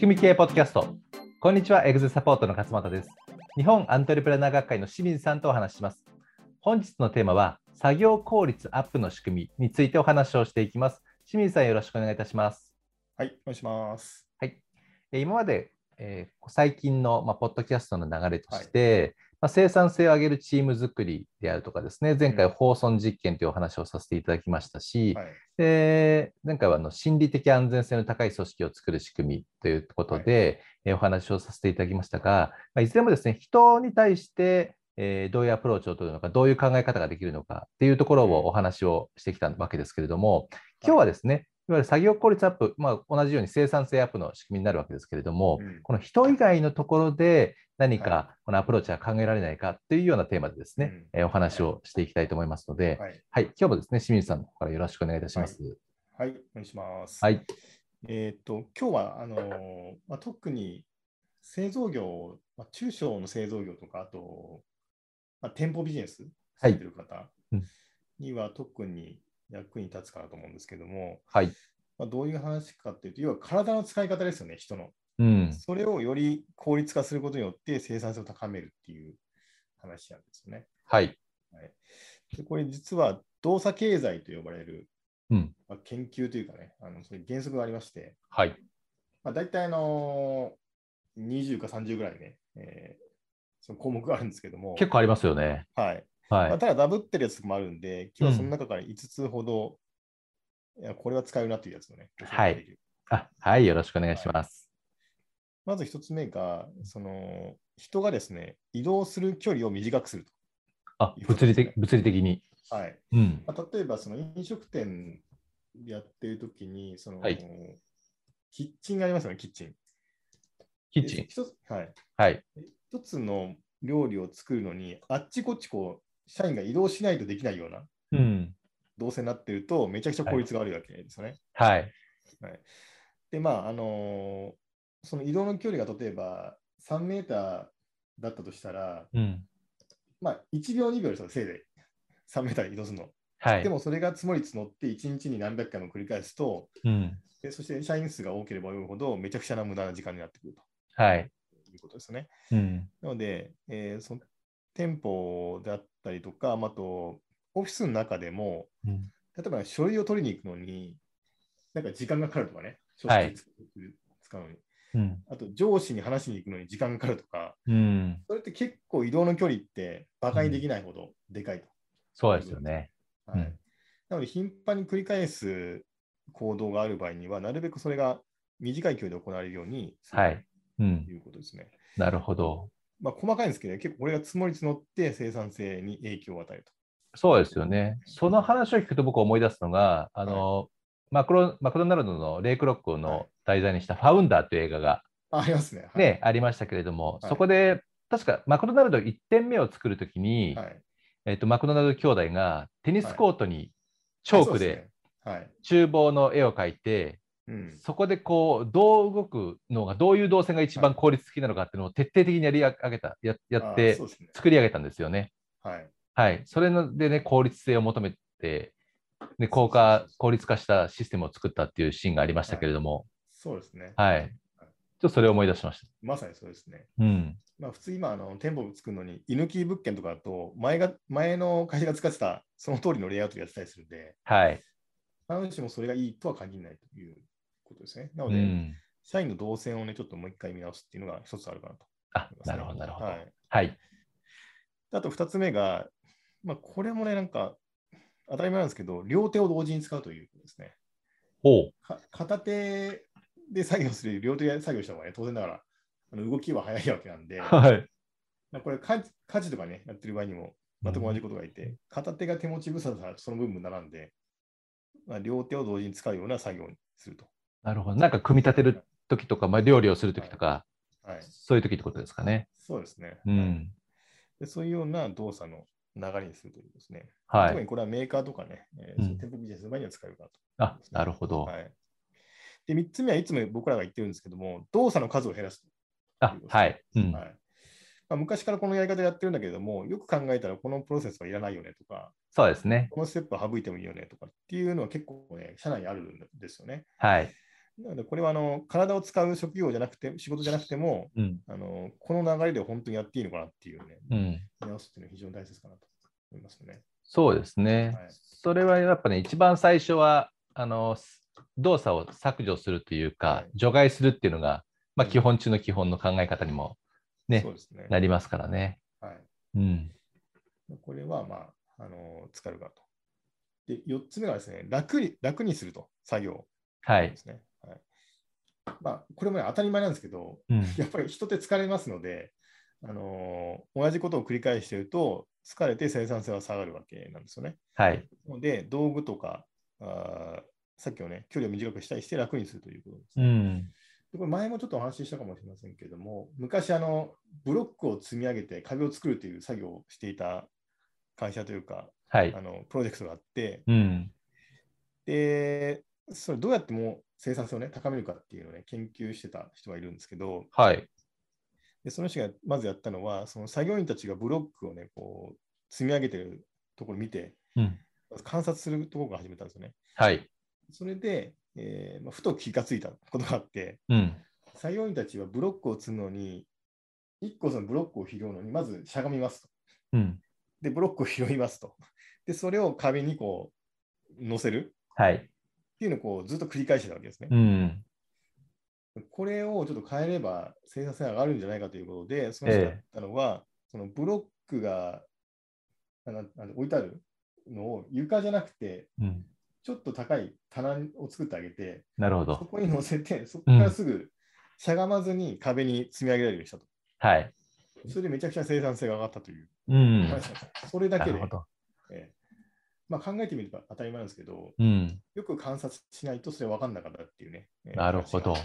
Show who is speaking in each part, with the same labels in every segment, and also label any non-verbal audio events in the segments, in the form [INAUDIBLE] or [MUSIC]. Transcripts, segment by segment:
Speaker 1: 組み系ポッドキャスト。こんにちは、エグゼサポートの勝俣です。日本アントレプレナー学会の清水さんとお話しします。本日のテーマは、作業効率アップの仕組みについてお話をしていきます。清水さん、よろしくお願いいたします。
Speaker 2: はい、お願いします。
Speaker 1: えー今まで、えー最近の、まあ、ポッドキャストの流れとして、まあ、生産性を上げるチーム作りであるとかですね、前回、
Speaker 2: うん
Speaker 1: 放送実験というお話をさせていただきましたし、
Speaker 2: はい、
Speaker 1: で前回はあの心理的安全性の高い組織を作る仕組みということで、えーお話をさせていただきましたが、まあ、いずれもですね人に対して、えーどういうアプローチを取るのかどういう考え方ができるのかっていうところをお話をしてきたわけですけれども今日はですね、い、わゆる作業効率アップ、まあ、同じように生産性アップの仕組みになるわけですけれども、
Speaker 2: うん
Speaker 1: この人以外のところで何
Speaker 2: は
Speaker 1: かこのアプローチは考えられないかというようなテーマでですね、えーお話をしていきたいと思いますので、
Speaker 2: はい、
Speaker 1: はい、今日もですね、清水さんの方からよろしくお願いいたします。
Speaker 2: はい、お願いします。
Speaker 1: はい、
Speaker 2: えーっと、今日は、あのーまあ、特に製造業、まあ、中小の製造業とか、あと、まあ、店舗ビジネスされてる方
Speaker 1: うん
Speaker 2: には特に役に立つかなと思うんですけども、
Speaker 1: はい
Speaker 2: まあ、どういう話かっていうと、要は体の使い方ですよね、人の。
Speaker 1: うん、
Speaker 2: それをより効率化することによって生産性を高めるっていう話なんですよね。
Speaker 1: はい、
Speaker 2: でこれ実は動作経済と呼ばれる、
Speaker 1: うん
Speaker 2: まあ、研究というかね、あのそういう原則がありまして、
Speaker 1: はい、
Speaker 2: まあ、大体あのー20か30ぐらいね、えーその項目があるんですけども、
Speaker 1: 結構ありますよね。
Speaker 2: はい
Speaker 1: はい
Speaker 2: まあ、、ただダブってるやつもあるんで、今日はその中から5つほど、いやこれは使うなっていうやつをね、ご紹介
Speaker 1: はい
Speaker 2: できる
Speaker 1: あ、はい、よろしくお願いします。
Speaker 2: まず1つ目が、その人がですね、移動する距離を短くする
Speaker 1: あ、物理的、物理的に。
Speaker 2: と。はい
Speaker 1: うん、
Speaker 2: まあ、例えばその飲食店でやってるときにその、
Speaker 1: はい
Speaker 2: キッチンがありますよね、キッチン。
Speaker 1: キッチ
Speaker 2: で
Speaker 1: ン。
Speaker 2: 一つ,、はい、
Speaker 1: はい、
Speaker 2: 一つの料理を作るのに、あっちこっちこう社員が移動しないとできないような
Speaker 1: うん、
Speaker 2: 動線になってると、めちゃくちゃ効率が悪いわけですよね。
Speaker 1: はい、
Speaker 2: で、まああのーその移動の距離が例えば3メーターだったとしたら、
Speaker 1: うん、
Speaker 2: まあ、1秒、2秒ですよ、せいぜい。3メーター移動するの。
Speaker 1: は
Speaker 2: で
Speaker 1: い、
Speaker 2: もそれが積もり募って、1日に何百回も繰り返すと、
Speaker 1: うん、
Speaker 2: でそして社員数が多ければ多いほど、めちゃくちゃな無駄な時間になってくる
Speaker 1: はい、
Speaker 2: ということですね。
Speaker 1: うん、
Speaker 2: なので、えーその店舗だったりとか、まああとオフィスの中でも、
Speaker 1: うん
Speaker 2: 例えば書類を取りに行くのに、なんか時間がかかるとかね、書
Speaker 1: はい
Speaker 2: 類使うのに、
Speaker 1: うん、
Speaker 2: あと上司に話しに行くのに時間がかかるとか、
Speaker 1: うん、
Speaker 2: それって結構移動の距離って馬鹿にできないほどでかいと。
Speaker 1: そうですよね。
Speaker 2: はい
Speaker 1: うん
Speaker 2: なので、頻繁に繰り返す行動がある場合には、なるべくそれが短い距離で行われるようにする
Speaker 1: はい、うん
Speaker 2: と、いうことですね。
Speaker 1: なるほど。
Speaker 2: まあ、細かいんですけど、結構これが積もり募って生産性に影響を与えると。
Speaker 1: そうですよね。その話を聞くと僕思い出すのが、あの、マクロマクドナルドのレイクロックの題材にした「ファウンダー」という映画が
Speaker 2: あありますね。はい、
Speaker 1: ね、ありましたけれども、
Speaker 2: はい
Speaker 1: そこで確かマクドナルド1点目を作るときに、
Speaker 2: はい、
Speaker 1: えっとマクドナルド兄弟がテニスコートにチョークで
Speaker 2: そうすね。はい。
Speaker 1: 厨房の絵を描いて、
Speaker 2: うん。
Speaker 1: そこでこうどう動くのがどういう動線が一番効率的なのかっていうのを徹底的にやり上げたややっ
Speaker 2: あ
Speaker 1: て
Speaker 2: そうですね。
Speaker 1: 作り上げたんですよね。
Speaker 2: はい。
Speaker 1: はい、それのでね効率性を求めて、ね、効果効率化したシステムを作ったっていうシーンがありましたけれども、
Speaker 2: そうですね。
Speaker 1: はい、ちょっとそれを思い出しました。
Speaker 2: まさにそうですね。
Speaker 1: うん、
Speaker 2: まあ、普通今、あの店舗を作るのに、居抜き物件とかだと前が、前の会社が使ってたその通りのレイアウトでやってたりするんで、
Speaker 1: はい、
Speaker 2: 必ずしもそれがいいとは限らないということですね。な
Speaker 1: う
Speaker 2: ので、
Speaker 1: ん、
Speaker 2: 社員の動線をね、ちょっともう一回見直すっていうのが一つあるかなと
Speaker 1: あ
Speaker 2: 思います、ね。
Speaker 1: なるほどなるほど。
Speaker 2: はい。
Speaker 1: はい。
Speaker 2: あと2つ目が、まあ、これもね、なんか当たり前なんですけど、両手を同時に使うということですね。
Speaker 1: おう
Speaker 2: か片手で作業するより両手で作業した方が、ね、当然ながらあの動きは早いわけなんで、
Speaker 1: はい。
Speaker 2: まあこれ家事、家事とかね、やってる場合にも全く同じことがいて、片手が手持ち無沙汰その部分に並んで、まあ、両手を同時に使うような作業にすると。
Speaker 1: なるほど。なんか組み立てる時とか、まあ、料理をする時とか、
Speaker 2: はい、
Speaker 1: そういう時ってことですかね。
Speaker 2: そうですね、
Speaker 1: う
Speaker 2: はい
Speaker 1: ん。
Speaker 2: で。そういうような動作の流れにするということですね。
Speaker 1: は
Speaker 2: 特
Speaker 1: い。
Speaker 2: にこれはメーカーとかね、え
Speaker 1: う
Speaker 2: ー
Speaker 1: ん
Speaker 2: その店舗ビジネスの場合には使えるかなと。
Speaker 1: あ、なるほど。
Speaker 2: はい、で3つ目はいつも僕らが言ってるんですけども、動作の数を減らす。
Speaker 1: あ、はい。うん。
Speaker 2: はいまあ、昔からこのやり方やってるんだけれども、よく考えたらこのプロセスはいらないよねとか、
Speaker 1: そうですね。
Speaker 2: このステップは省いてもいいよねとかっていうのは結構ね、社内にあるんですよね。
Speaker 1: はい。
Speaker 2: なので、これはあの体を使う職業じゃなくて、仕事じゃなくても、
Speaker 1: うん
Speaker 2: あのこの流れで本当にやっていいのかなっていうね、
Speaker 1: うん、
Speaker 2: 見直すっていうのは非常に大切かなと思いますね。
Speaker 1: そうですね、
Speaker 2: はい
Speaker 1: それはやっぱね、一番最初はあのす動作を削除するというか、
Speaker 2: はい
Speaker 1: 除外するっていうのが、まあ、
Speaker 2: うん
Speaker 1: 基本中の基本の考え方にもね
Speaker 2: そうですね。
Speaker 1: なりますからね。
Speaker 2: はい。
Speaker 1: うん、
Speaker 2: これは、まあ、あの使えるかと。で、4つ目がですね、楽に楽にすると、作業を
Speaker 1: はい
Speaker 2: で、すね。はいまあ、これもね、当たり前なんですけど、
Speaker 1: うん
Speaker 2: やっぱり人って疲れますので、あの同じことを繰り返していると、疲れて生産性は下がるわけなんですよね。
Speaker 1: はい、
Speaker 2: なので、道具とか、あーさっきのね、距離を短くしたりして楽にするということです、
Speaker 1: う
Speaker 2: ね
Speaker 1: ん、
Speaker 2: でこれ前もちょっとお話ししたかもしれませんけれども、昔あの、ブロックを積み上げて壁を作るという作業をしていた会社というか、
Speaker 1: はい
Speaker 2: あ、のプロジェクトがあって、
Speaker 1: うん、
Speaker 2: で、それどうやっても生産性を、ね、高めるかっていうのを、ね、研究してた人がいるんですけど、
Speaker 1: はい、
Speaker 2: でその人がまずやったのは、その作業員たちがブロックを、ね、こう積み上げてるところを見て、
Speaker 1: うん、
Speaker 2: 観察するところから始めたんですよね。
Speaker 1: はい、
Speaker 2: それで、えーまあ、ふと気がついたことがあって、
Speaker 1: うん、
Speaker 2: 作業員たちはブロックを積むのに、1個そのブロックを拾うのに、まずしゃがみますと。
Speaker 1: うん、
Speaker 2: で、ブロックを拾いますと。で、それを壁にこう、乗せる
Speaker 1: はい、
Speaker 2: っていうのをこうずっと繰り返してたわけですね
Speaker 1: う。ん、
Speaker 2: これをちょっと変えれば生産性上がるんじゃないかということで、その人がやったのは、そのブロックがなな置いてあるのを床じゃなくて、
Speaker 1: うん、
Speaker 2: ちょっと高い棚を作ってあげて、
Speaker 1: なるほ
Speaker 2: そ
Speaker 1: ど。
Speaker 2: こに乗せて、そこからすぐしゃがまずに壁に積み上げられるようにしたと。
Speaker 1: はい、
Speaker 2: それでめちゃくちゃ生産性が上がったという
Speaker 1: うん、
Speaker 2: 話なんです。 [LAUGHS] それだ
Speaker 1: な
Speaker 2: け
Speaker 1: る
Speaker 2: で
Speaker 1: ほ、ど。
Speaker 2: ええまあ、考えてみれば当たり前なんですけど、
Speaker 1: うん、
Speaker 2: よく観察しないとそれ分かんなかったっていうね。ええ
Speaker 1: なるほど
Speaker 2: 話が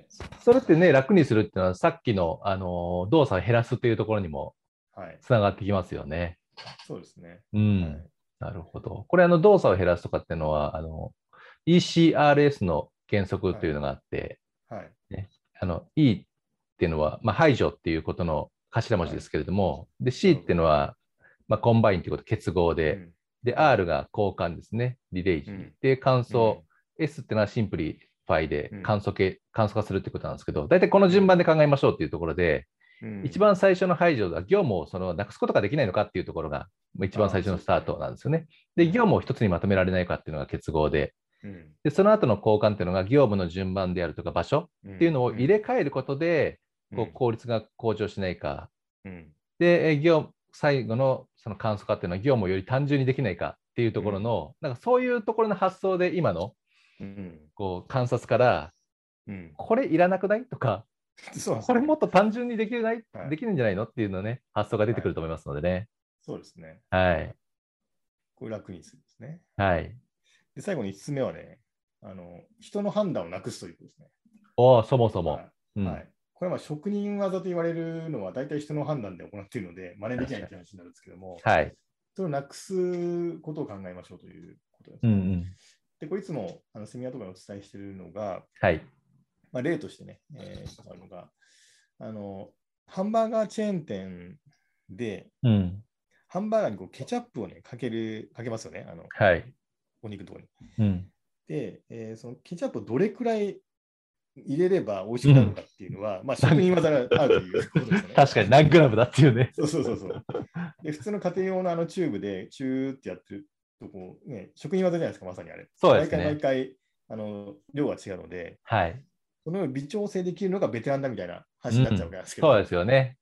Speaker 2: え
Speaker 1: それってね、楽にするっていうのは、さっきの、あの動作を減らすというところにも
Speaker 2: えはい、
Speaker 1: つながってきますよね。
Speaker 2: そうですね。
Speaker 1: う
Speaker 2: はい
Speaker 1: ん、なるほど。これ、あの、動作を減らすとかっていうのは、あの、ECRS の原則というのがあって、
Speaker 2: はい。
Speaker 1: あの、E っていうのは、まあ、排除っていうことの頭文字ですけれども、で、C っていうのは、まあ、コンバインということ、結合
Speaker 2: う
Speaker 1: で、
Speaker 2: ん
Speaker 1: で、R が交換ですね、リレージ
Speaker 2: うん。
Speaker 1: で、乾燥、S っていうのはシンプリファイで
Speaker 2: うん
Speaker 1: 簡素系、簡素化するってことなんですけど、大体この順番で考えましょうっていうところで、
Speaker 2: うん
Speaker 1: 一番最初の排除は業務をそのなくすことができないのかっていうところがまあ一番最初のスタートなんですよね。で、業務を一つにまとめられないかっていうのが結合で、
Speaker 2: うん
Speaker 1: でその後の交換っていうのが業務の順番であるとか場所っていうのを入れ替えることで、こう効率が向上しないか、
Speaker 2: うんうん
Speaker 1: で、えー業最後のその簡素化っていうのは業務をより単純にできないかっていうところの、なんかそういうところの発想で今の
Speaker 2: うん
Speaker 1: こう観察から、
Speaker 2: うん
Speaker 1: これいらなくないとか、
Speaker 2: [LAUGHS] そうなんです
Speaker 1: これ
Speaker 2: ね
Speaker 1: もっと単純にできるない、
Speaker 2: はい
Speaker 1: できるんじゃないのっていうのね、発想が出てくると思いますのでね。
Speaker 2: そうですね。
Speaker 1: はい。
Speaker 2: これ楽にするんですね。
Speaker 1: はい。
Speaker 2: で、最後に5つ目はね、あの人の判断をなくすということですね。
Speaker 1: おーそもそも。う
Speaker 2: はい
Speaker 1: ん
Speaker 2: はいこれはまあ職人技と言われるのは大体人の判断で行っているので、真似できないって話になるんですけども、
Speaker 1: はい。
Speaker 2: それをなくすことを考えましょうということです
Speaker 1: うん
Speaker 2: ね。
Speaker 1: うん。
Speaker 2: で、これいつもあのセミナーとかでお伝えしているのが、
Speaker 1: はい。
Speaker 2: まあ、例としてね、えー、一つあるのがあの、ハンバーガーチェーン店で、
Speaker 1: うん。
Speaker 2: ハンバーガーにこうケチャップをね、かける、かけますよね、あの、
Speaker 1: はい。
Speaker 2: お肉のところに。
Speaker 1: うん。。
Speaker 2: で、えーそのケチャップをどれくらい入れれば美味しくなるのかっていうのは、まあ、職人技があるということですよね
Speaker 1: 確かに何グラムだっていうね。
Speaker 2: そうそうそうそう。で、普通の家庭用のあのチューブで、チューってやってるとこ、ね、職人技じゃないですか、まさにあれ。
Speaker 1: そうですね
Speaker 2: 毎回毎回、あの、量が違うので、
Speaker 1: はい。
Speaker 2: そのように微調整できるのがベテランだみたいな話になっちゃうわけなんですけど、
Speaker 1: そうですよね。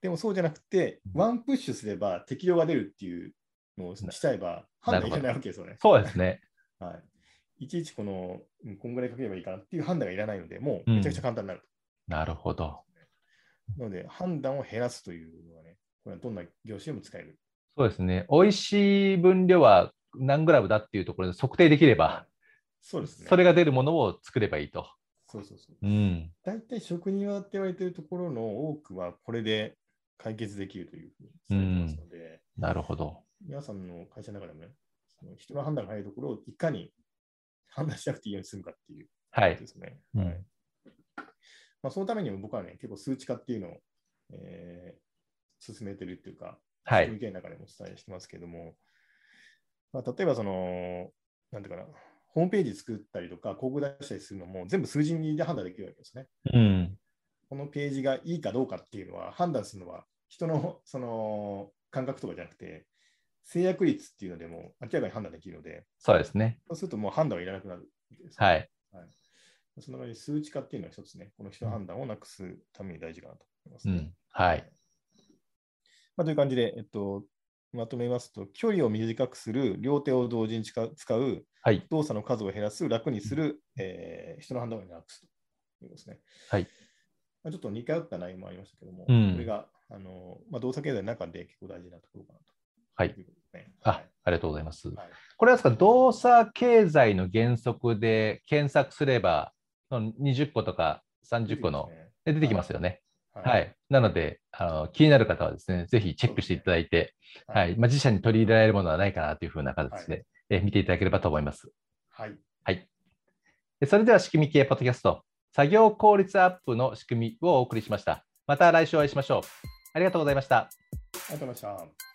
Speaker 2: でもそうじゃなくて、ワンプッシュすれば適量が出るっていうのをしちゃえば、判断いらないわけですよね。
Speaker 1: そうですね。
Speaker 2: はい、いちいちこの、うんこんぐらいかければいいかなっていう判断がいらないので、もう
Speaker 1: うん
Speaker 2: めちゃくちゃ簡単になると。
Speaker 1: なるほど。
Speaker 2: なので、判断を減らすというのはね、これはどんな業種でも使える。
Speaker 1: そうですね。美味しい分量は何グラムだっていうところで測定できれば、
Speaker 2: そうですね。
Speaker 1: それが出るものを作ればいいと。
Speaker 2: そうそうそう。
Speaker 1: うん。
Speaker 2: 大体職人はって言われてるところの多くは、これで解決できるというふうにされてますので、
Speaker 1: なるほど。
Speaker 2: 皆さんの会社の中でもね、その人の判断が入るところをいかに判断しなくていいようにするかっていう
Speaker 1: は
Speaker 2: こと
Speaker 1: い
Speaker 2: で。すね。
Speaker 1: うん
Speaker 2: はいまあ、そのためにも僕はね、結構数値化っていうのを、えー進めてるっていうか、
Speaker 1: は
Speaker 2: そういう
Speaker 1: い。
Speaker 2: 意見の中でもお伝えしてますけども、まあ、例えばその、なんていうかな、ホームページ作ったりとか、広告出したりするのも、全部数字にで判断できるわけですね。
Speaker 1: うん。
Speaker 2: このページがいいかどうかっていうのは、判断するのは、人のその感覚とかじゃなくて、制約率っていうのでも明らかに判断できるので、
Speaker 1: そうですね。
Speaker 2: そうするともう判断はいらなくなるわけですね、
Speaker 1: はい。
Speaker 2: その中で数値化っていうのは一つね、この人の判断をなくすために大事かなと思います
Speaker 1: う
Speaker 2: ね、
Speaker 1: ん。はい。
Speaker 2: まあ、という感じで、えっと、まとめますと、距離を短くする、両手を同時に使う使う、
Speaker 1: はい。
Speaker 2: 動作の数を減らす、楽にする、えー人の判断をなくすということですね。
Speaker 1: はい
Speaker 2: まあ、ちょっと似通った内容もありましたけども、
Speaker 1: うん
Speaker 2: これがあの、まあ、動作経済の中で結構大事なところかなと。
Speaker 1: はい
Speaker 2: とうことですねは
Speaker 1: あ
Speaker 2: い、
Speaker 1: ありがとうございます。
Speaker 2: はい
Speaker 1: これはですか、動作経済の原則で検索すれば、その20個とか30個の、で出てきますよね。
Speaker 2: はい
Speaker 1: はい。なのであの、気になる方はですね、ぜひチェックしていただいて、
Speaker 2: は
Speaker 1: は
Speaker 2: い
Speaker 1: い。まあ、自社に取り入れられるものはないかなというふうな形で、え見ていただければと思います。
Speaker 2: はい。
Speaker 1: えそれでは、仕組み系ポッドキャスト、作業効率アップの仕組みをお送りしました。また来週お会いしましょう。ありがとうございました。
Speaker 2: ありがとうございました。